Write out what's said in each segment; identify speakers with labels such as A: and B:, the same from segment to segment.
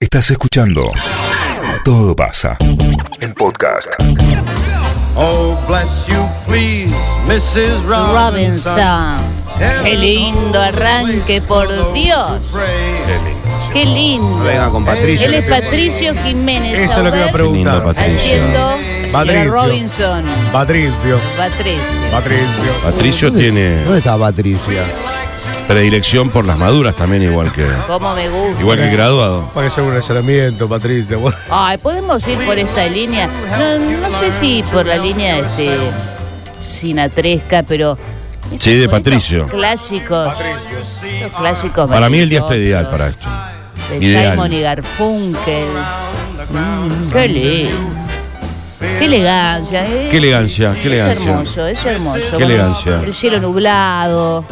A: Estás escuchando Todo pasa en podcast.
B: Oh, bless you, please, Mrs.
C: Robinson.
B: Robinson.
C: Qué lindo arranque, por Dios. Qué lindo.
D: Venga con Patricio.
C: Él es Patricio Jiménez.
D: Eso es lo que iba
C: Sauber,
D: a preguntar.
E: Lindo, Patricio.
C: Haciendo de
D: Patricio.
C: Robinson.
D: Patricio.
C: Patricio.
D: Patricio.
E: Patricio tiene
D: ¿Dónde está Patricia?
E: predilección por las maduras también, igual que
C: Cómo me gusta.
E: igual que el graduado.
D: Para que lleve un allanamiento, Patricia. Bueno,
C: Ay, podemos ir por esta línea. No, no sé si por la línea este, sinatresca, pero.
E: Sí, de
C: estos
E: Patricio.
C: Clásicos. Estos clásicos
E: Para mí el día está ideal
C: maravillosos.
E: para esto.
C: de
E: Ideal.
C: Simon y Garfunkel. Mm, qué lindo. Qué elegancia, ¿eh?
E: Qué elegancia, qué
C: Es
E: elegancia.
C: hermoso, es hermoso.
E: Qué elegancia.
C: El cielo nublado.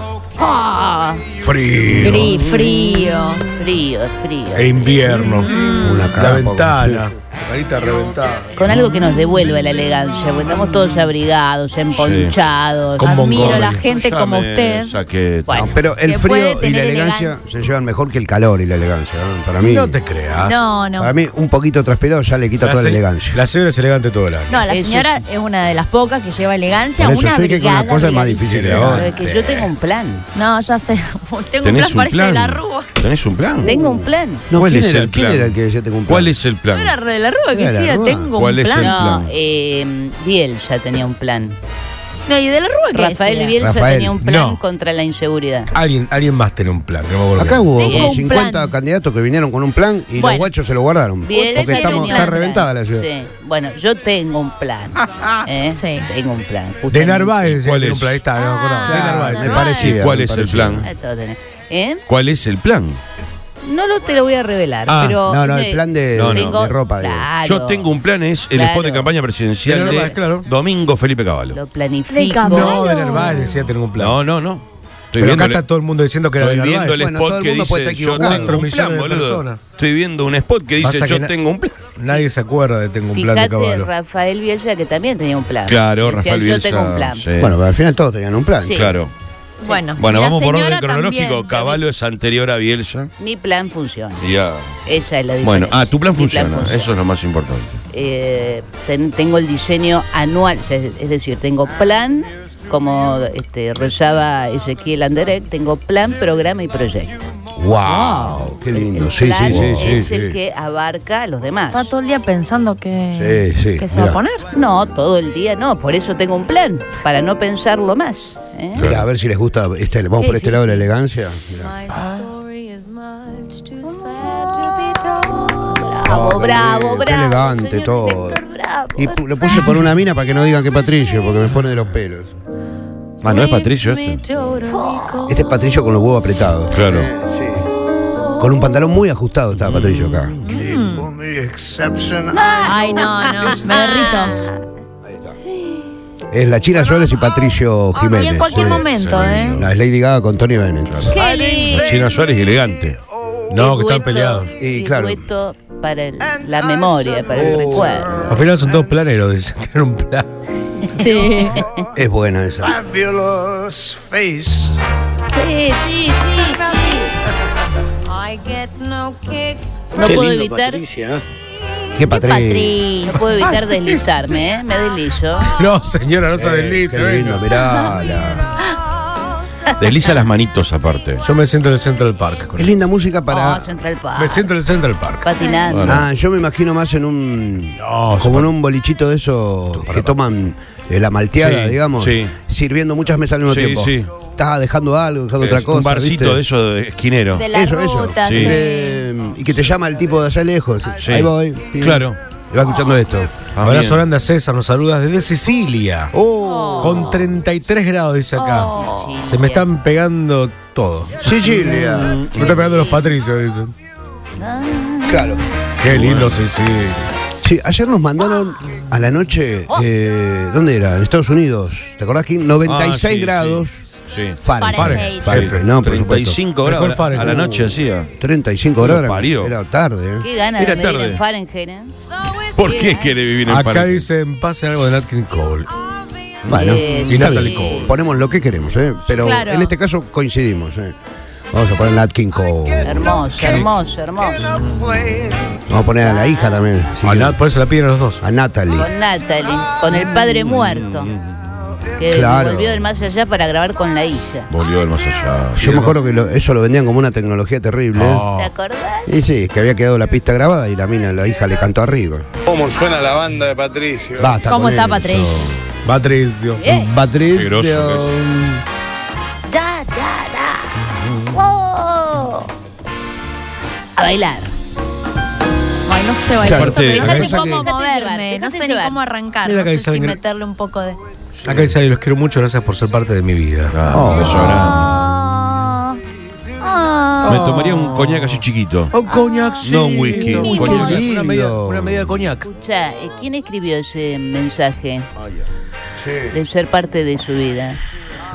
C: ¡Ah!
D: frío.
F: Gris, frío.
C: Frío, frío.
D: E invierno.
F: Mm.
D: Una La ventana. Carita reventada.
C: Con algo que nos devuelva la elegancia, porque estamos todos abrigados, emponchados.
D: Con
F: Admiro a la
D: Montgomery.
F: gente
E: Ya
F: como
E: me
F: usted.
E: saqué-
C: Bueno,
G: Pero el
F: que puede
G: frío y la
F: tener
G: elegancia se llevan mejor que el calor y la elegancia. ¿no? Para mí,
D: No te creas.
F: No, no.
G: Ah, para mí un poquito transpirado ya le quita toda la
D: se-
G: elegancia.
D: La señora es elegante todo el año.
F: No, la
C: Eso
F: señora
C: sí.
F: es una de las pocas que lleva elegancia.
G: Por eso
F: una
G: sé que con la
F: brigada
G: cosa es más difícil
F: brillantísima.
G: ahora.
C: es que yo tengo un plan.
F: No, ya sé. Tengo un
E: ¿Tenés
F: plan, parece de la rúa.
E: ¿Tenés un plan?
C: Tengo un plan.
G: No,
E: ¿Cuál
G: ¿quién
E: es
G: era-
E: el
G: quién
E: plan?
G: era el que decía tengo un plan?
E: ¿Cuál es el
F: No era
E: plan?
F: re de la rúa que
G: Era de la
F: decía,
G: Rúa.
F: tengo un
E: ¿Cuál es
F: plan.
E: el-
C: No,
E: plan?
C: eh, Bielsa tenía un plan.
F: No, y de la rúa que
C: Rafael
F: decía.
C: Bielsa
G: Rafael,
C: tenía un plan
D: no.
C: contra la inseguridad.
D: Alguien, alguien más tiene un plan. que no me acuerdo
G: Acá
D: quién.
G: hubo
F: Tengo
G: como
F: un
G: 50
F: plan.
G: candidatos que vinieron con un plan y
F: Bueno.
G: los guachos se lo guardaron.
C: Bien,
G: porque
F: tenía
G: estamos,
F: un
G: está
F: plan.
G: reventada la ciudad.
C: Sí. Bueno, yo tengo un plan. ¿eh?
F: Sí.
C: Tengo un plan.
D: De
C: justamente.
D: Narváez decía
E: ¿Cuál
D: que tiene
E: es?
D: un plan. Ahí está, no me acuerdo.
F: Ah,
D: de Narváez.
F: Narváez.
G: Me
D: sí.
G: parecía.
E: ¿Y cuál
G: me
E: es el
G: parecía.
E: plan?
C: Ah, todo tenés. ¿Eh?
E: ¿Cuál es el plan?
C: No lo te lo voy a revelar,
D: Ah,
C: pero.
G: no, no,
C: eh,
G: el plan de,
E: No, no.
G: de
C: tengo-
G: ropa. de-
C: Claro,
E: Yo tengo un plan, es el
C: Claro.
E: spot de campaña presidencial
D: Pero no
E: de
D: más, claro.
E: Domingo Felipe Caballo.
C: Lo planifico.
F: Caballo.
D: No, de Narváez decía tener un plan.
E: No, no, no. Estoy
D: Pero acá
E: viéndole-
D: está todo el mundo diciendo que era de
E: Estoy viendo el
D: Narváez.
G: Bueno, todo
E: spot
G: el
E: que
G: mundo puede
E: dice
G: estar
E: yo
G: equivocado.
E: tengo un
D: Millones
E: plan,
D: de
E: boludo.
D: personas.
E: Estoy viendo un spot que dice
D: Pasa que
E: yo
D: na-
E: tengo un plan.
D: Nadie se acuerda de tengo un plan de
C: Fíjate,
D: caballo.
C: Rafael Bielsa, que también tenía un plan.
E: Claro,
C: Decía,
E: Rafael
C: Yo
E: Bielsa.
C: tengo un plan.
E: sí.
G: Bueno, pero al final todos tenían un plan.
C: Sí.
E: claro.
F: Bueno,
E: Bueno,
F: y la
E: vamos por orden
F: señora
E: cronológico.
F: también.
E: Caballo es anterior a Bielsa.
C: Mi plan funciona.
E: y a-
C: Esa es la diferencia.
E: Bueno, ah, tu plan
C: Mi
E: funciona. Eso es lo más importante.
C: Eh, ten- tengo el diseño anual, o sea, es es decir, tengo plan, como este, rezaba Ezequiel Anderek, tengo plan, programa y proyecto.
G: ¡Wow! ¡Qué lindo!
C: El
G: Sí,
C: plan
G: sí, sí, sí.
C: es
G: sí.
C: el que abarca a los demás.
F: Está todo el día pensando que,
G: Sí, sí,
F: que se
G: mirá.
F: va a poner.
C: No, todo el día no, por eso tengo un plan, para no pensarlo más. ¿eh?
E: Claro.
G: Mira, a ver si les gusta. este- vamos
F: Qué
G: por este lado de la elegancia.
H: My story is much too sad to be told.
C: Bravo,
G: Ah, qué
C: bravo,
G: lindo, qué
C: bravo.
G: elegante
C: señor
G: todo.
C: director, bravo.
G: Y pu- lo puse por una mina para que no digan que Patricio, porque me pone de los pelos.
E: Ah, no es Patricio
H: Me
E: este.
H: totally cold.
G: Este es Patricio con los huevos apretados.
E: Claro.
G: Con un pantalón muy ajustado estaba Patricio acá.
C: Hmm.
F: Ay, no, no. Me derrito.
G: Es la China Suárez y Patricio
F: Ah, y
G: Jiménez.
F: en cualquier
G: Sí.
F: momento, ¿eh?
G: No, es Lady Gaga con Tony Bennett.
C: Qué lindo.
E: China Suárez y elegante.
D: No, que están
C: Dueto-
D: peleados.
G: Y claro.
C: dueto para el- la memoria, para el recuerdo.
D: Al final son dos planeros, dicen tener un plan.
F: Sí.
G: Es buena esa.
C: Sí, sí, sí, sí.
H: I get no kick.
C: No puedo evitar,
G: ¿Qué Patricio?
F: Patri.
C: no puedo evitar deslizarme, ¿eh? me deslizo.
D: No, señora, no se
G: Eh,
D: deslice.
G: Qué lindo,
D: venga.
G: mirá. la-
E: Desliza las manitos aparte.
D: Yo me siento en el Central Park. con
G: Es linda música para.
C: Oh, Central Park.
D: Me siento en el Central Park.
C: patinando.
E: Bueno.
G: Ah, yo me imagino más en un.
D: No,
G: como en un bolichito de esos que toman eh, la malteada,
E: Sí,
G: digamos.
E: sí.
G: Sirviendo muchas mesas al mismo
E: Sí,
G: tiempo.
E: sí.
G: Estás dejando algo, dejando otra
E: Es
G: cosa.
E: un barcito
G: ¿viste?
E: de eso de esquinero.
F: De la
G: eso,
F: ruta,
G: eso.
E: sí.
G: Eh, y que te llama el tipo de allá lejos.
E: Sí.
G: Ahí voy.
E: Claro.
G: Y va escuchando esto.
D: Abrazo grande a César, nos saludas desde Sicilia.
G: ¡Oh!
D: Con 33 grados, dice acá.
F: Oh.
C: Sicilia.
D: Se me están pegando todos.
G: Sicilia.
D: Me están pegando los patricios, dicen.
G: Claro.
D: Qué lindo Sicilia.
G: Sí, ayer nos mandaron a la noche, eh, ¿dónde era? En Estados Unidos. ¿Te acordás, Kim? 96
E: Ah, sí,
G: grados.
E: Sí.
G: Fahrenheit.
F: Fahrenheit.
G: Fahrenheit, No, por supuesto.
E: 35
D: Mejor
E: grados a la- a la
D: Fahrenheit.
E: noche hacía.
G: 35 grados.
E: Lo parió.
G: Era, era tarde. ¿eh?
C: Qué ganas
E: Era
C: de venir
E: tarde.
C: en Fahrenheit, ¿eh?
E: ¿Por qué quiere vivir en
D: Acá
E: Fahrenheit?
D: dicen, pase algo de Natkin Cole.
G: Bueno,
C: Eh,
G: está
D: Natalie
G: bien.
D: Cole.
G: Ponemos lo que queremos, ¿eh? Pero
F: Claro.
G: en este caso coincidimos, ¿eh? Vamos a poner Nat King Cole.
C: Hermoso, hermoso, hermoso.
G: Vamos a poner a la hija también. si
D: A
G: quieren.
D: Nat- por eso la piden los
E: Ah,
D: dos.
G: a Natalie.
C: Con Natalie, con el padre muerto. Que
G: Claro.
C: volvió del más allá para grabar con la hija.
E: Volvió del más allá.
G: Yo me acuerdo que lo- eso lo vendían como una tecnología terrible. ¿eh?
D: No.
C: ¿Te acordás?
G: Y sí, que había quedado la pista grabada y la mina, la hija, le cantó arriba.
I: ¿Cómo suena la banda de Patricio?
G: Basta
F: ¿Cómo
G: con
F: está
G: eso.
F: Patricio?
D: Patricio.
C: Eh.
E: Qué
G: Patricio.
E: groso que
C: Da, da, da. Wow. A bailar.
F: Ay, no sé bailar.
G: Claro.
F: esto me-
E: Aparte,
F: no sé
G: la cosa
F: cómo
C: que-
F: moverme, no
C: Déjate
F: sé ni
C: llevar.
F: cómo arrancar,
D: Mira
F: no
D: que
F: sé
D: hay
F: si
D: sangre.
F: meterle un poco de...
D: Acá dice, los quiero mucho, gracias por ser parte de mi vida.
E: Ah,
G: Oh.
E: beso grande.
F: Ah,
E: Me tomaría un coñac así chiquito.
D: Un coñac,
E: No un whisky, un coñac.
D: Una medida,
G: Lindo.
D: una medida de coñac.
C: Escucha, eh, ¿quién escribió ese mensaje? De ser parte de su vida.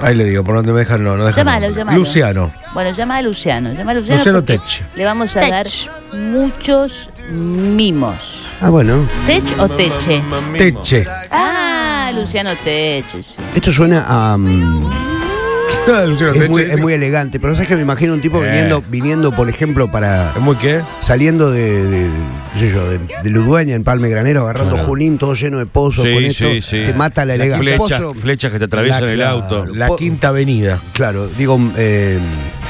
D: Ahí le digo, por dónde me dejan, no, no dejan.
C: Llámalo,
D: nombre.
C: llámalo.
D: Luciano.
C: Bueno, llama a Luciano. Llama a Luciano.
D: Luciano
C: porque
D: Tech.
C: Le vamos a
F: Tech.
C: dar muchos mimos.
G: Ah, bueno.
C: ¿Tech o teche?
D: Teche.
C: Ah, Luciano Tech. sí.
G: Esto suena a. mm,
D: Luciano
G: es,
D: Teche.
G: muy, es muy elegante, pero ¿sabes que me imagino un tipo
D: Eh.
G: viniendo, viniendo, por ejemplo, para.
D: ¿Es muy qué?
G: Saliendo de, de, qué sé yo, de, de Ludueña en Palme Granero, agarrando
E: Claro.
G: Junín todo lleno de pozos con
E: Sí,
G: esto,
E: sí, sí.
G: te mata la elegancia.
E: Flechas,
G: Pozo-
E: flechas que te atraviesan
D: La-
E: el
D: la-
E: auto.
D: La quinta avenida.
G: claro, digo, eh,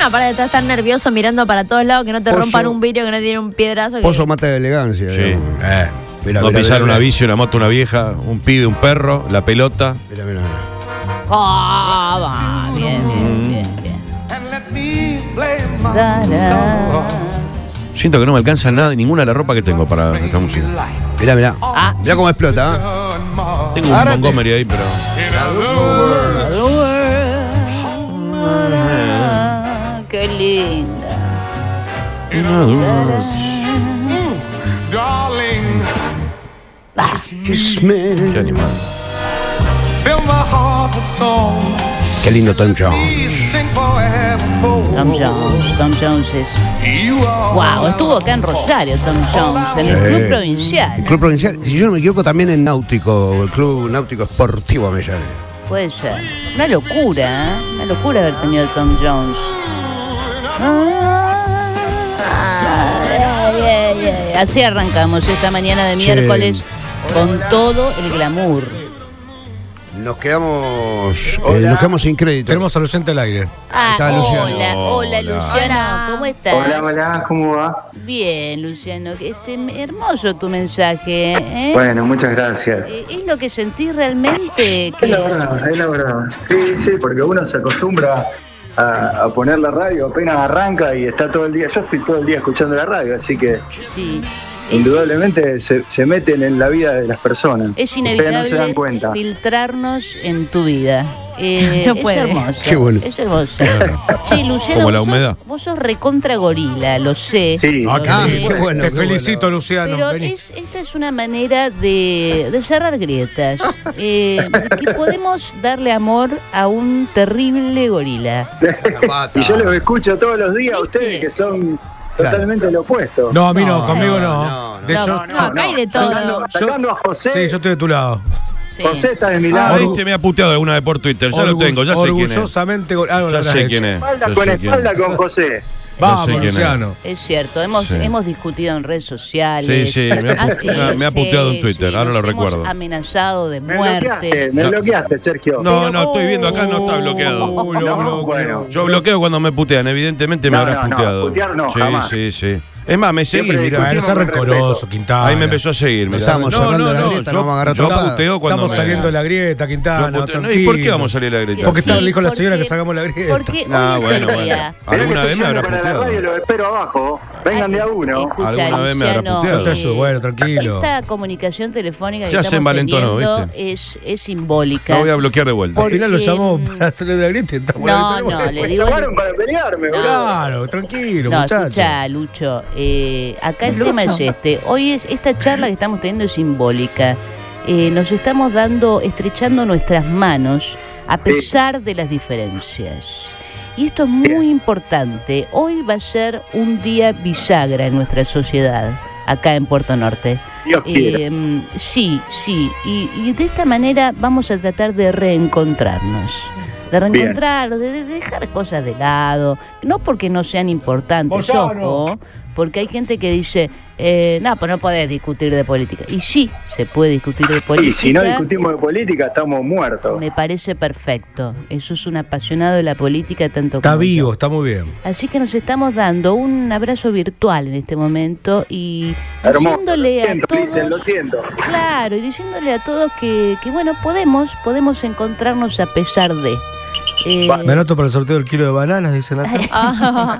F: No, para de estar tan nervioso mirando para todos lados, que no te
G: Pozo-
F: rompan un vidrio, que no tiene un piedrazo. que-
G: pozo mata la elegancia.
E: Sí.
G: digamos.
D: Eh.
G: Mirá,
E: no
G: mirá,
E: pisar
G: mirá,
E: una
G: mirá.
E: bici, una moto, una vieja, un pibe, un perro, la pelota.
G: Mirá, mirá, mirá.
C: Ah, va, bien, bien, bien, bien. Tarán.
E: Siento que no me alcanza nada, ninguna de la ropa que tengo para esta música.
G: Mirá, mirá.
C: Ah.
G: Mirá cómo explota. ¿eh?
E: Tengo un
G: Ahora te-
E: Montgomery ahí, pero.
C: Ah, Qué linda.
G: Kiss me.
E: Qué animal.
G: Qué lindo Tom Jones.
C: Tom Jones, Tom Jones es. Wow, estuvo acá en Rosario, Tom Jones, en el
G: Sí.
C: club
G: El
C: provincial.
G: club provincial, si yo no me equivoco, también en Náutico, el club Náutico Esportivo Amellanes.
C: Puede ser. Una locura, ¿eh? Una locura haber tenido a Tom Jones. Ay, ay, ay, ay. Así arrancamos esta mañana de miércoles con todo el glamour.
G: Nos quedamos. eh, nos quedamos sin crédito.
D: Tenemos al oyente al aire.
C: Ah,
G: está Luciano.
C: hola, hola
E: Hola.
C: Luciano, ¿cómo estás?
I: Hola, hola, ¿cómo va?
C: Bien, Luciano, este, hermoso tu mensaje. ¿eh?
I: Bueno, muchas gracias.
C: Eh, ¿Es lo que sentís realmente?
I: Es la
C: Que...
I: verdad, es la verdad. Sí, sí, porque uno se acostumbra a, a poner la radio, apenas arranca y está todo el día. Yo estoy todo el día escuchando la radio, así que
C: Sí.
I: indudablemente se, se meten en la vida de las personas.
C: Es
I: Ustedes no se dan
C: inevitable
I: cuenta.
C: filtrarnos en tu vida. Eh,
F: No
C: es
F: puede.
C: hermoso.
G: Qué bueno.
C: Es hermoso. Che, Luciano,
E: Como la
C: vos,
E: humedad.
C: Sos, vos sos recontra gorila, lo sé.
I: Sí,
C: Ah,
G: Ah,
C: Sí.
G: qué bueno.
D: Te
G: qué
D: felicito,
G: bueno.
D: Luciano.
C: Pero
D: Vení.
C: es- esta es una manera de, de cerrar grietas. Eh, que podemos darle amor a un terrible gorila.
I: y yo los escucho todos los días a
C: ¿Viste?
I: ustedes que son
G: Claro.
I: totalmente lo opuesto.
D: No, a mí no,
G: No,
D: conmigo no.
G: no, no.
D: De
C: No,
D: hecho,
F: No, acá hay de todo.
I: Sacando, sacando a José,
D: sí, yo estoy de tu lado.
C: Sí.
I: José está de mi
E: Ah,
I: lado.
E: este me ha puteado alguna de por Twitter, ya lo
D: Orgu-
E: tengo, ya sé quién es.
D: Orgullosamente. go- algo le
E: Ya
D: habrás
E: sé
D: hecho.
E: quién es.
I: espalda
E: ya
I: con
E: sé quién es.
I: espalda con José.
E: Ya sé
D: Vamos,
E: quién es.
D: Luciano.
C: Es cierto, hemos,
E: Sí.
C: hemos discutido en redes sociales.
E: Sí, sí, me ha,
F: Ah,
E: pu-
F: sí,
E: me ha- me ha
C: Sí,
E: puteado en Twitter,
C: sí,
E: ahora lo
C: nos hemos
E: recuerdo.
C: amenazado de
I: Me bloqueaste,
C: muerte.
I: me
E: No.
I: bloqueaste, Sergio.
E: No, no, estoy viendo acá, no está bloqueado.
D: Uh, lo
I: No,
D: bloqueo.
I: bueno.
E: Yo bloqueo cuando me putean, evidentemente me
I: No,
E: habrás
I: no, no,
E: puteado.
I: putear no,
E: sí,
I: jamás.
E: sí, sí. Es más, me seguís,
I: Siempre
E: mirá.
D: Bueno,
I: discutimos
D: sea
I: con
D: rencoroso,
I: respeto.
D: Quintana.
E: Ahí me empezó a seguir. mirá.
G: Estamos cerrando la
E: no,
G: grieta,
E: yo,
G: nos vamos a agarrar
E: yo
G: trompadas.
E: puteo cuando
D: Estamos
E: me-
D: saliendo de la grieta, Quintana.
E: Yo puteo- no,
D: tranquilo.
E: ¿Y por qué vamos a salir de la grieta?
D: Porque está-
C: Sí,
D: dijo la señora que
C: porque-
D: sacamos la grieta.
C: Porque
E: Ah,
C: hoy es
E: bueno,
C: el
E: bueno.
C: día.
I: Mirá que
E: Alguna
I: se
E: vez me
I: llama
E: habrá
I: para la
E: puteado.
I: radio, los espero abajo. Vengan de a uno.
C: Escucha,
E: Alguna vez me habrá
C: Luciano,
E: puteado.
D: Yo te ayudo, bueno, tranquilo.
C: Esta comunicación telefónica que
E: Ya se
C: estamos
E: envalentonó,
C: teniendo
E: ¿viste?
C: es, es simbólica.
E: No voy a bloquear de vuelta.
D: Al final lo
C: porque-
D: llamó para salir de la grieta. y estamos en la
C: No,
D: grieta de
C: no,
D: vuelta.
C: le
I: Me
C: digo.
I: llamaron para pelearme, boludo.
D: Claro, tranquilo,
C: No,
D: muchachos.
C: escucha, Lucho, eh, acá el tema es este. Hoy es esta charla que estamos teniendo es simbólica. Eh, nos estamos dando, estrechando nuestras manos a pesar de las diferencias. Y esto es muy importante. Hoy va a ser un día bisagra en nuestra sociedad, acá en Puerto Norte.
I: Dios quiera.
C: Eh, sí, sí. Y, y de esta manera vamos a tratar de reencontrarnos. De reencontrarnos, de, de dejar cosas de lado. No porque no sean importantes,
D: Boyano.
C: ojo. porque hay gente que dice, eh, no, pues no podés discutir de política. Y sí, se puede discutir de política.
I: Y si no discutimos de política, estamos muertos.
C: Me parece perfecto. Eso es un apasionado de la política tanto
D: Está
C: como yo.
D: vivo, está muy bien.
C: Así que nos estamos dando un abrazo virtual en este momento y
I: Hermoso,
C: diciéndole
I: lo siento,
C: a todos,
I: dicen, lo siento.
C: claro, y diciéndole a todos que, que, bueno, podemos, podemos encontrarnos a pesar de. Eh,
D: Me anoto para el sorteo del kilo de bananas, dicen acá.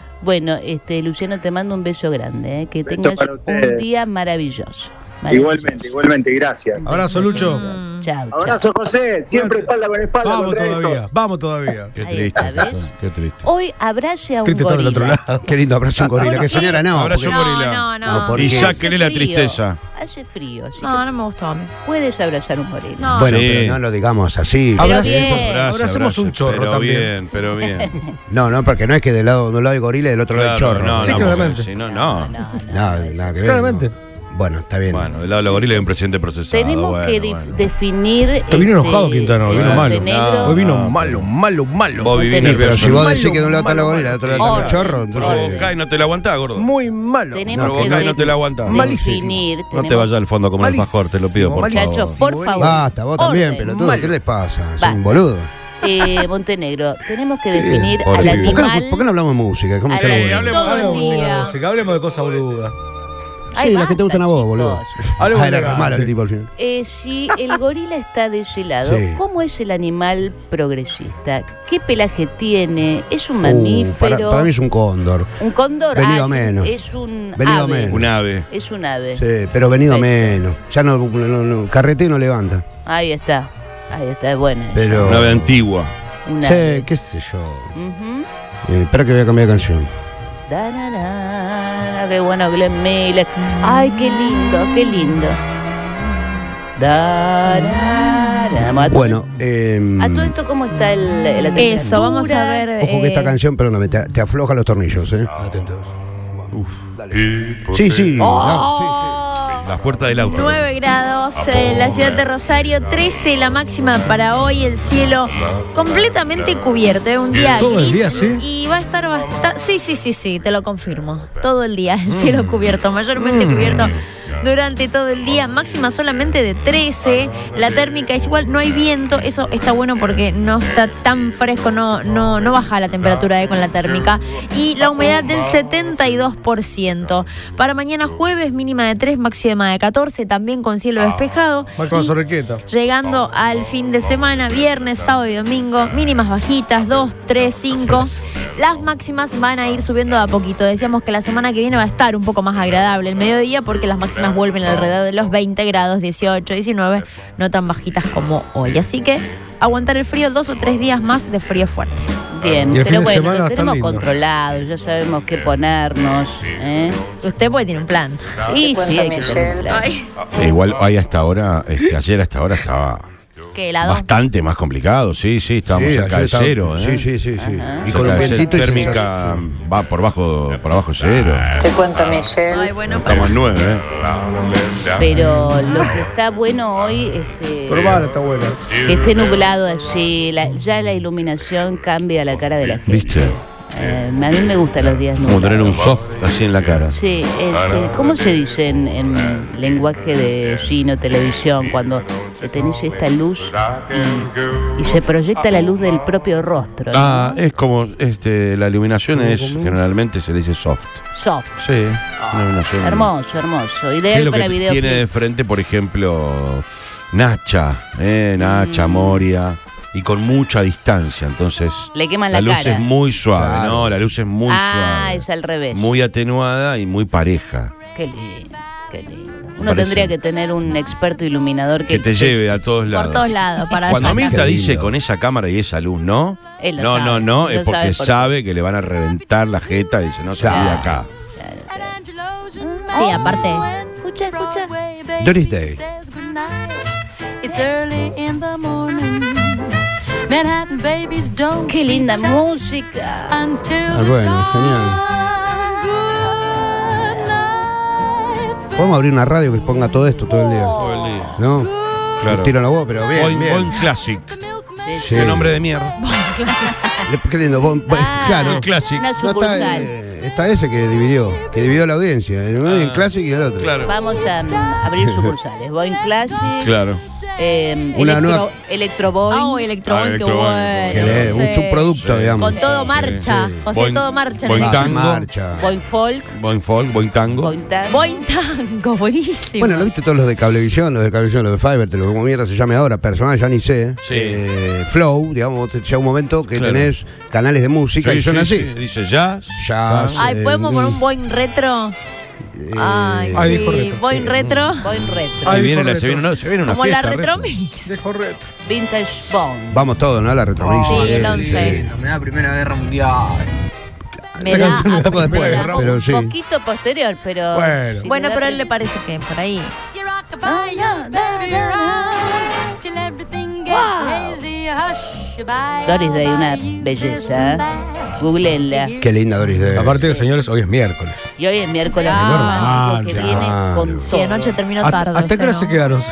C: bueno, este Luciano te mando un beso grande, eh, que
I: Beso
C: tengas
I: para
C: un
I: ustedes.
C: día maravilloso.
I: Igualmente, igualmente, gracias.
D: Abrazo,
C: Chao,
D: Lucho.
E: Ah,
C: chao.
I: Abrazo, José. Siempre espalda con espalda.
D: Vamos
I: contra estos.
D: todavía, vamos todavía.
E: Qué
C: Ahí
E: triste.
C: está, ¿ves?
E: esto, Qué triste.
C: Hoy abrace a un
D: Triste estar del otro
C: gorila.
D: lado.
G: Qué lindo abrazo un gorila. Que soñara no.
E: Abrazo
G: porque-
E: un gorila.
F: No, no,
G: No,
F: no.
G: por-
E: Y
G: Porque-
E: sáquele la
C: Hace frío.
E: tristeza.
C: Hace frío, así
F: No, no me gustó a mí.
C: que puedes abrazar un gorila.
F: No.
G: Bueno,
E: Sí.
G: pero no lo digamos así.
D: Pero
F: bien.
E: Abrace,
D: Abracemos
E: abrace,
D: un chorro
E: pero
D: también.
E: bien, pero bien.
G: No, no, porque no es que del lado de un lado hay gorila y del otro lado hay
E: Claro,
G: chorro.
E: No,
D: Sí,
E: no,
D: claramente.
E: porque si no, no.
C: No, no,
G: Nada,
C: no,
G: nada que ver.
D: Claramente.
G: no. Bueno, está bien.
E: Bueno, del lado de los gorilas hay un presidente
G: Ah,
E: procesado.
C: Tenemos
E: bueno,
C: que dif-
E: bueno.
C: definir.
D: Hoy vino enojado Quintana, hoy
C: el
D: vino malo.
C: Montenegro.
E: No,
D: Hoy vino
E: no,
D: malo, malo, malo.
E: Vos vivís
G: Sí,
C: tenemos-
G: pero si
E: nervioso.
G: vos
D: Malo,
G: decís que de un lado está la
D: malo,
G: gorila, del otro lado
C: malo.
G: está el chorro, entonces.
E: Provocá y no te la aguantás, gordo.
D: Muy malo.
C: Tenemos
G: No,
C: que
E: provocá y no
C: def-
E: te la aguantás.
D: Malísimo.
C: definir.
E: No te
C: tenemos-
E: vayas al fondo como un alfajor, te lo pido, por
D: Malísimo.
E: favor.
C: Muchachos, por favor.
G: Basta, vos también,
C: Orden.
G: pelotudo. ¿Qué les pasa? Es
C: Basta.
G: un boludo.
C: Eh, Montenegro, tenemos que definir
E: pobre
C: al
E: pibe.
G: ¿Por qué, no-
C: animal.
G: por qué no hablamos de música? ¿Cómo
C: al-
G: está la
E: Eh,
G: boludez?
E: hablemos
F: Todo el
D: Hablemos de
F: día.
D: música, hablemos de cosas boludas.
C: Ay,
G: Sí, las que te gustan a vos,
C: basta,
G: boludo.
C: chicos.
D: Hablemos
G: Ah, era
D: de la-
G: re malo el tipo al final.
C: Eh, si el gorila está desilado,
G: Sí.
C: ¿cómo es el animal progresista? ¿Qué pelaje tiene? ¿Es un
G: Uh,
C: mamífero?
G: para, para mí es un cóndor.
C: ¿Un cóndor?
G: Venido
C: Ah, es un-
G: menos.
C: Es un
G: Venido
C: ave.
G: menos.
E: Un ave.
C: Es un ave.
G: Sí, pero venido a
C: Perfecto.
G: menos. Ya no, no, no- carrete y no levanta.
C: Ahí está. Ahí está, es buena. esa.
G: Pero.
E: Un ave antigua.
C: Un ave.
G: Sí, qué sé yo.
C: Ujú.
G: Eh, espera que voy a cambiar de canción.
C: Da, da, da, da, qué bueno Glenn Miller. Ay, qué lindo, qué lindo. Da, da, da. Bueno, a todo-
G: Bueno, eh,
C: ¿A todo esto cómo está el, la temperatura?
F: Eso, vamos a ver.
G: Ojo que esta
F: eh,
G: canción, perdóname, te, te afloja los tornillos, ¿eh? Atentos.
E: pues
G: Sí, sí. Ah,
E: Las puertas del auto.
F: 9 grados en la ciudad de Rosario, 13 la máxima para hoy, el cielo completamente cubierto, es un día
D: Todo el
F: gris
D: día, ¿sí?
F: y va a estar bastante, sí, sí, sí, sí, te lo confirmo, todo el día
D: Mm.
F: el cielo cubierto, mayormente cubierto durante todo el día, máxima solamente de 13, la térmica es igual, no hay viento, eso está bueno porque no está tan fresco, no, no, no baja la temperatura eh, con la térmica y la humedad del 72%. Para mañana jueves mínima de 3, máxima de 14, también con cielo despejado.
D: Máxima
F: Y
D: Sorrequeta.
F: Llegando al fin de semana, viernes, sábado y domingo, mínimas bajitas, 2, 3, 5. Las máximas van a ir subiendo de a poquito. Decíamos que la semana que viene va a estar un poco más agradable el mediodía porque las máximas vuelven alrededor de los 20 grados, 18, 19, no tan bajitas como hoy. Así que aguantar el frío dos o tres días más de frío fuerte.
C: Bien,
D: Y el fin
C: pero
D: de
C: bueno,
D: semana
C: lo
D: va a estar
C: tenemos
D: lindo.
C: controlado, ya sabemos qué ponernos. ¿eh?
F: Usted puede tener un plan.
C: Y sí, hay que tener un plan.
F: Ay,
E: Eh, igual hoy hasta ahora, este, ayer hasta ahora estaba
F: qué helado.
E: bastante más complicado. Sí, sí, estábamos
G: Sí,
E: cerca
G: ayer
E: de
G: estaba-
E: cero. ¿eh?
G: Sí, sí, sí, sí. Y
E: Cerca
G: con un
E: de cero.
G: ventito y
E: térmica
G: sensación.
E: va por bajo, por abajo cero.
J: Te cuento, Michelle.
F: Ay, bueno, pero-
E: Estamos en nueve. ¿eh?
C: Pero lo que está bueno hoy, este,
D: Probala, está buena.
C: que esté nublado así, la- ya la iluminación cambia la cara de la gente.
E: ¿Viste?
C: Eh, a mí me gustan los días
E: Como tener
C: nublados.
E: un soft así en la cara.
C: Sí, este, ¿cómo se dice en, en lenguaje de cine o televisión cuando tenés esta luz y, y se proyecta la luz del propio rostro? ¿no?
E: Ah, es como este, la iluminación es generalmente se le dice soft.
C: Soft.
E: Sí, una iluminación.
C: Hermoso, hermoso.
E: ¿Qué es
C: Ideal
E: lo
C: para
E: que
C: video.
E: tiene de frente, por ejemplo, Nacha, eh, Nacha,
C: Mm.
E: Moria, y con mucha distancia, entonces
C: Le queman
E: la
C: la,
E: luz
C: cara.
E: es muy suave,
G: Claro.
E: no, la luz es muy
C: ah,
E: suave,
C: es al revés.
E: muy atenuada y muy pareja,
C: Qué lindo, qué lindo. Uno
E: parece.
C: tendría que tener un experto iluminador que,
E: que te lleve a todos lados.
F: Por todos lados. Para
E: Cuando
F: sacar.
E: Mirta
G: Qué lindo.
E: dice con esa cámara y esa luz, ¿no?
C: Él lo
E: no,
C: sabe,
E: no, no,
C: él
E: es
C: lo
E: porque
C: sabe
E: sabe,
C: por-
E: que le van a reventar la jeta y dice, no salí de
G: Claro.
E: acá.
F: Sí, aparte.
C: Escucha, escucha.
G: Doris Day.
C: Qué linda música.
G: Ah, bueno, genial. Podemos abrir una radio que ponga todo esto todo el día.
C: Oh.
E: Todo el día.
G: ¿No?
E: Claro.
G: Tiro la voz, pero bien,
E: Bon-
G: bien.
E: Bon Classic,
C: Sí,
G: Sí.
E: qué nombre de mierda.
G: Le- Qué lindo. bon- bon-
C: Ah,
G: claro.
E: Bon Classic.
C: Una
G: No está,
C: sucursal.
G: eh, esta S que dividió, que dividió la audiencia, en uno y en Classic y en el otro.
E: Ah. Claro.
C: Vamos a mm, abrir sucursales. Voy en clase.
E: Claro.
C: Eh,
G: Una
C: electro,
G: nueva-
C: Electroboy.
F: Ah, oh, Electroboy,
E: Ah,
F: qué
E: Electroboy,
F: bueno.
G: Que le- un
F: Sí.
G: subproducto,
E: Sí.
G: digamos.
F: Con todo marcha,
G: sí.
F: José,
E: Boing-
F: todo marcha. en
E: boing
F: el-
G: Va,
E: tango.
G: marcha.
C: Boing Folk.
E: Buen folk, buen tango.
C: Boing Tang.
F: Boing tango, buenísimo.
G: Bueno, lo viste todos los de Cablevisión, los de Cablevisión, los de Fiverr, te lo como mierda se llame ahora, personal, ya ni sé.
E: Sí.
G: Eh, flow, digamos, te- llega un momento que
E: Claro.
G: tenés canales de música
E: Sí,
G: y son
E: sí,
G: así.
E: sí, Dice jazz.
G: Jazz,
F: Ay,
G: eh,
F: ¿podemos poner un Boing retro?
G: eh,
F: Ay,
D: Ay,
F: sí,
D: dijo retro.
F: Boing retro.
C: Boing
G: Ah.
C: Retro.
E: Se
D: Ay,
E: viene, la-
D: correcto.
E: se viene una, se viene una
F: Como la
E: fiesta,
F: retromix.
D: Dejo retro.
C: Vintage Bone.
G: Vamos todos, ¿no? La retromisa.
F: Sí, el 11.
J: Me da Primera Guerra Mundial.
F: Me
G: Esta
F: da
G: canción la toco
F: a
G: después,
F: primera.
G: Ramón. pero sí.
C: Un poquito posterior, pero.
D: Bueno.
C: si
F: Bueno,
C: me da
F: pero a él
C: pena.
F: le parece que por ahí.
H: You rock a bye, you baby right till everything gets hazy. Hush, bye.
C: Doris Day, una belleza. Googleenla.
G: Qué linda Doris Day.
D: Aparte, señores, hoy es miércoles.
C: Y hoy es miércoles
F: Ah,
C: romántico que
D: claro.
C: viene con
F: Sí, anoche
C: todo.
F: terminó tarde.
D: ¿Hasta, hasta qué hora
F: ¿no?
D: se quedaron?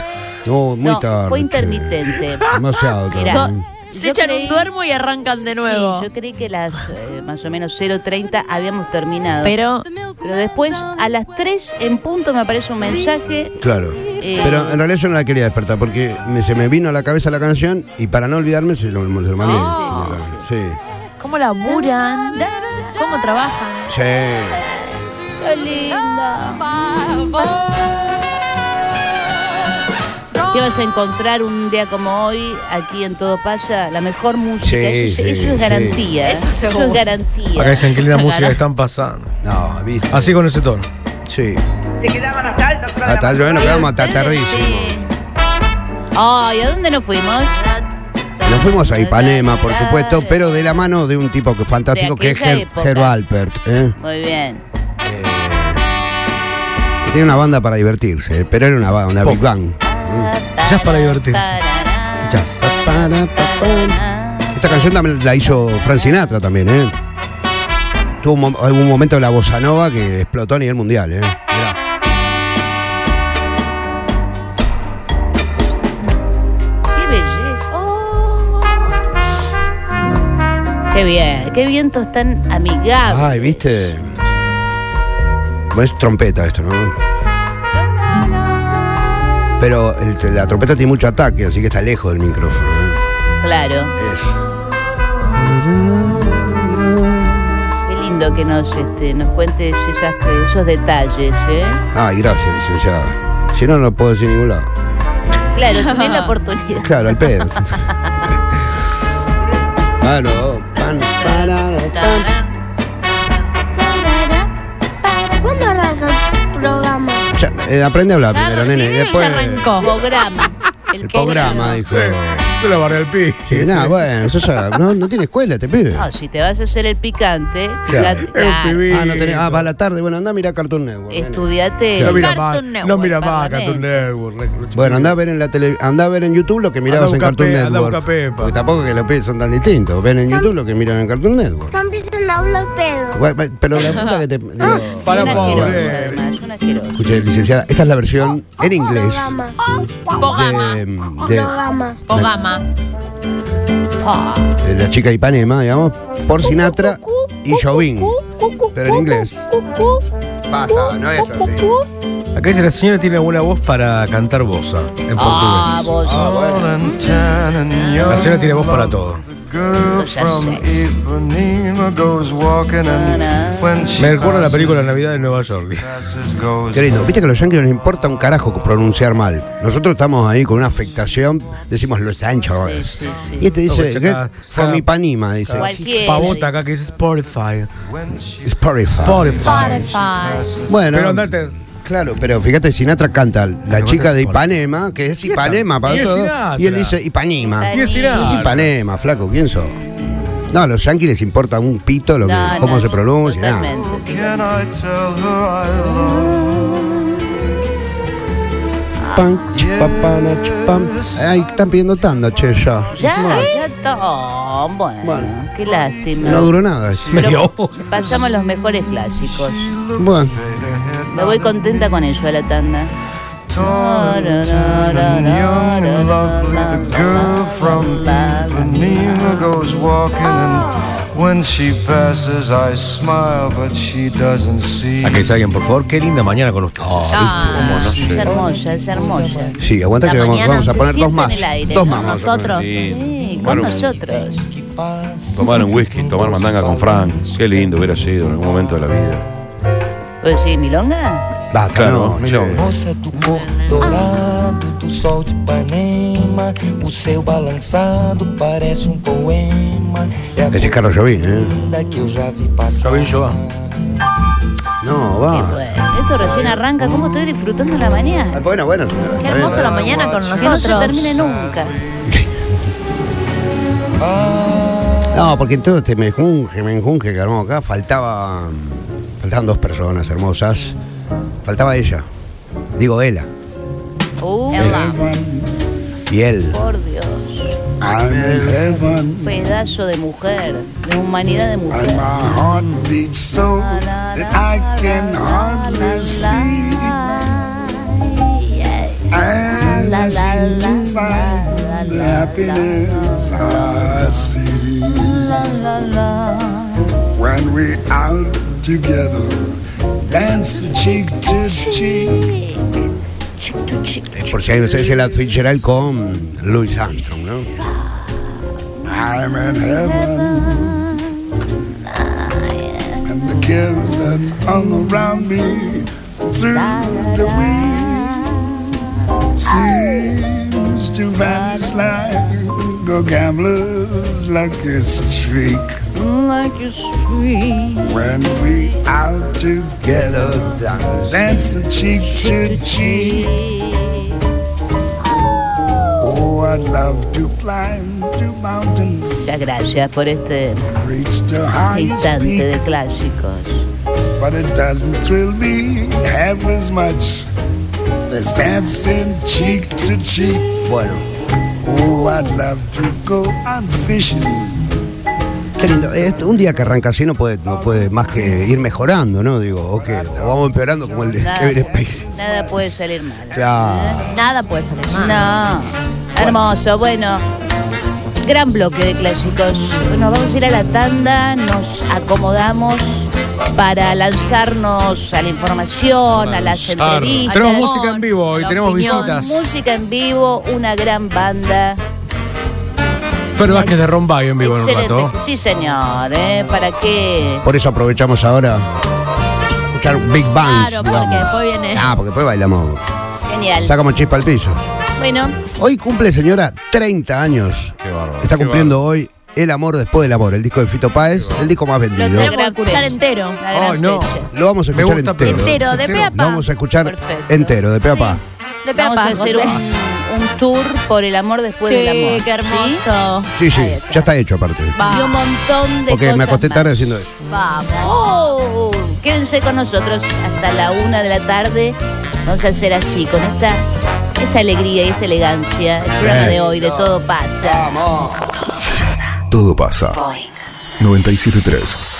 G: No, muy
C: No,
G: tarde.
C: fue
G: che.
C: intermitente.
G: Demasiado tarde.
C: Mirá.
F: To- Se
C: Yo
F: echan
C: creí-
F: un duermo y arrancan de nuevo.
C: Sí, yo creí que las eh, más o menos 0.30 habíamos terminado.
F: Pero
C: Pero después, a las 3 en punto, me aparece un mensaje.
G: Claro.
C: eh,
G: Pero en realidad yo no la quería despertar porque me- se me vino a la cabeza la canción y para no olvidarme se lo, se lo mandé.
C: Ah,
G: sí,
F: ¿Cómo laburan? ¿Cómo trabajan?
G: sí. Sí.
C: ¡Qué linda! Que vas a encontrar un día como hoy, aquí en Todo Pasa, la mejor música.
G: Sí,
C: eso, es,
G: sí,
C: eso es
G: sí.
C: garantía.
F: Eso seguro.
C: es garantía.
D: Acá dicen qué linda música que están pasando.
G: No, viste.
D: Así con ese tono.
G: Sí. Hasta yo nos quedamos hasta tardísimo.
H: Eh,
F: Sí.
C: Ay, ¿a dónde nos fuimos?
G: Nos fuimos a Ipanema, por supuesto, pero de la mano de un tipo que fantástico
C: De
G: que es
C: aquella
G: Ger-
C: época.
G: Gerbo Alpert. ¿eh?
C: Muy bien.
G: Que tiene una banda para divertirse, ¿eh? pero era una, ba- una
D: Pop.
G: Big Bang.
D: Jazz para divertirse. Jazz.
G: Esta canción también la hizo Frank Sinatra también, ¿eh? Tuvo un, mo- algún momento de la bossa nova que explotó a nivel mundial, ¿eh? Mirá.
C: ¡Qué belleza! Oh. ¡Qué bien! ¡Qué vientos tan amigables!
G: Ay, ¿viste? Bueno, es trompeta esto, ¿no? Pero el- la trompeta tiene mucho ataque, así que está lejos del micrófono. ¿eh?
C: Claro.
G: Es-
C: Qué lindo que nos, este, nos cuentes esas, esos detalles, ¿eh?
G: Ay, Ah, gracias, licenciada. Si no, no puedo decir ningún lado.
C: Claro, tenés la oportunidad.
G: Claro, al pedo. Claro, pan, parado, pan.
H: ¿Cuándo arranca el programa?
G: Ya, eh, aprende a hablar
F: Ya
G: primero,
F: arran-
G: nene.
F: primero
G: Después.
F: ya arrancó.
C: Programa.
G: El programa, dijo.
D: Yo la barré al pi.
G: Sí, nada, bueno, eso ya- no, no tiene escuela, te
F: Ah,
G: pibe.
C: No, Ah, si te vas a hacer el picante,
G: Claro.
C: fíjate,
D: Es un pibito.
G: Ah, no tenés. Ah, va a la tarde. Bueno, anda a mirar Cartoon Network. nene.
C: estudiate.
D: No mira más,
F: Cartoon Network,
D: no mira más
C: parlamento.
D: Cartoon Network. re- re-
G: Bueno, andá a ver en la tele, andá a ver en YouTube lo que mirabas en
D: busca
G: Cartoon
D: pe- andá
G: Network.
D: busca Pepa.
G: Porque tampoco que los pibes son tan distintos. Ven en YouTube lo que miran en Cartoon Network.
H: No empiezan a hablar pedo.
G: Bueno, bueno, Pero la puta que te. digo,
D: Para
C: Ah, una
D: pobre.
C: asquerosa, Oh, además, una asquerosa.
G: Escuche, licenciada, esta es la versión en inglés
H: Programa.
F: Bogama.
G: de,
H: Programa.
F: Bogama.
G: de la chica de Ipanema, digamos, por Sinatra y Jobin. Pero en inglés. Basta, no es así.
D: Acá dice la señora tiene buena voz para cantar bossa en portugués.
C: Ah, vos.
F: Ah.
D: La señora tiene voz para todo. Me recuerda
G: Ah,
D: la película Navidad de Nueva York.
G: Qué lindo. Viste que a los yankees no les importa un carajo pronunciar mal. Nosotros estamos ahí con una afectación, decimos los Yankees.
C: Sí, sí, sí.
G: Y este dice,
D: No, pues,
G: get
D: cada-
G: from
D: cada-
G: Ipanema, dice.
C: Cualquiera.
D: Pavota acá que dice Spotify.
G: Spotify.
D: Spotify.
F: Spotify.
G: Bueno,
D: Pero andate.
G: claro, pero fíjate, Sinatra canta la chica de Ipanema, que es Ipanema para
D: Y es
G: todo.
D: Sinatra.
G: Y él dice Ipanema.
D: Y es Sinatra.
G: Ipanema, flaco, ¿quién sos? No, a los yankees les importa un pito lo que,
C: No,
G: cómo
C: no,
G: se pronuncia, nada.
C: totalmente.
G: Pan, chipapana, chipam. Ay, están pidiendo tanda, che, ya.
C: Ya,
G: No,
C: ya todo. Bueno,
G: Bueno.
C: qué lástima.
G: no duró nada.
C: Pero
D: Medio.
C: pasamos los mejores clásicos.
G: Bueno.
C: Me voy contenta con ello a la tanda.
K: When she passes, I smile, but she doesn't see.
E: Acá dice alguien, por favor, qué linda mañana con usted.
C: Oh, ah, ¿viste? Es hermosa, es hermosa.
G: Sí, aguanta
C: La
G: que vamos,
C: mañana
G: vamos a
C: se
G: poner dos
C: sienta en
G: más.
C: el aire,
G: dos
C: con
G: más. vamos a poner.
C: Nosotros.
E: Sí,
C: Sí, con
E: bueno.
C: nosotros.
E: Tomar un whisky, tomar mandanga con Frank. Qué lindo hubiera sido en algún momento de la vida.
C: Oye, sí, Milonga?
G: Basta,
E: Claro,
G: no,
E: milonga.
K: Moça do corpo dourado, do sol de Ipanema, o seu balançado parece um poema. É a
G: Ese es Carlos Jovín, ¿eh?
K: corda que eu já vi passar.
G: No, va. Ah,
C: Bueno, esto recién arranca. ¿Cómo estoy disfrutando la mañana?
G: Bueno, bueno, señora.
F: Qué hermoso la mañana con
C: Que no se
F: nosotros.
C: termine nunca.
K: Ah,
G: No, porque entonces te me junge, me junge que armamos acá. Faltaba. Faltaban dos personas hermosas. Faltaba ella. Digo, ella.
C: Uh,
G: Y él.
C: por Dios.
L: I'm in heaven.
C: Pedazo de mujer. De humanidad de mujer.
L: And my heart beats so that I can hardly speak. And I seem to find the happiness I see. When we're out together, dance cheek to cheek.
G: Por si hay ustedes el outfit Gerald con Louis Armstrong, ¿no?
L: I'm in heaven. And the kids that hung around me through the week seems to vanish like a gambler's lucky streak.
C: Like you sweet.
L: When we out together, dancing cheek to cheek. Oh, I'd love to climb to mountains.
C: Muchas gracias por este
L: Reach the highest
C: instante
L: peak,
C: de clásicos.
L: but it doesn't thrill me half as much as dancing cheek to cheek.
G: Bueno,
L: Oh, I'd love to go on fishing.
G: qué lindo. Eh, un día que arranca así no puede, no puede más que ir mejorando, ¿no? Digo, ok, o vamos empeorando como el de
C: Nada.
G: Kevin Spacey.
C: Nada puede salir mal.
G: Claro.
F: Nada puede salir mal.
C: No. Hermoso, bueno. Gran bloque de clásicos. Nos vamos a ir a la tanda, nos acomodamos para lanzarnos a la información, a las
D: Lanzar.
C: entrevistas.
D: Tenemos música en vivo hoy,
C: La
D: tenemos
C: opinión.
D: visitas.
C: Música en vivo, una gran banda.
D: Fer Vázquez de Rombay en vivo en un
C: Excelente.
D: rato.
C: Sí, señor, ¿eh? ¿Para qué?
G: Por eso aprovechamos ahora escuchar Big Bang.
F: Claro, porque después viene.
G: Ah, porque después bailamos.
C: Genial.
G: Sacamos chispa al piso.
C: Bueno,
G: Hoy cumple, señora, 30 años.
E: Qué bárbaro.
G: Está
E: qué
G: cumpliendo hoy El amor después del amor, el disco de Fito Páez, el disco más
F: Lo
G: vendido.
F: tenemos que escuchar entero.
C: la gran
D: Ay, no.
C: fecha.
G: Lo vamos a
D: Me
G: escuchar
D: gusta,
G: entero.
D: pero-
F: Entero, de pe a
G: Lo
F: pa.
G: vamos a escuchar
C: Perfecto.
G: entero, de pe a pa.
F: De pe a
C: Vamos
F: pa.
C: a hacer un,
F: José.
C: un tour por el amor después del amor.
F: Sí, qué hermoso.
G: Sí, sí, ya está hecho aparte.
C: Y un montón de
G: Porque
C: cosas
G: me acosté
C: más.
G: tarde haciendo eso.
C: Vamos. Oh, quédense con nosotros hasta la una de la tarde. Vamos a hacer así, con esta, esta alegría y esta elegancia. El programa de hoy, de todo pasa.
A: Todo pasa. 973.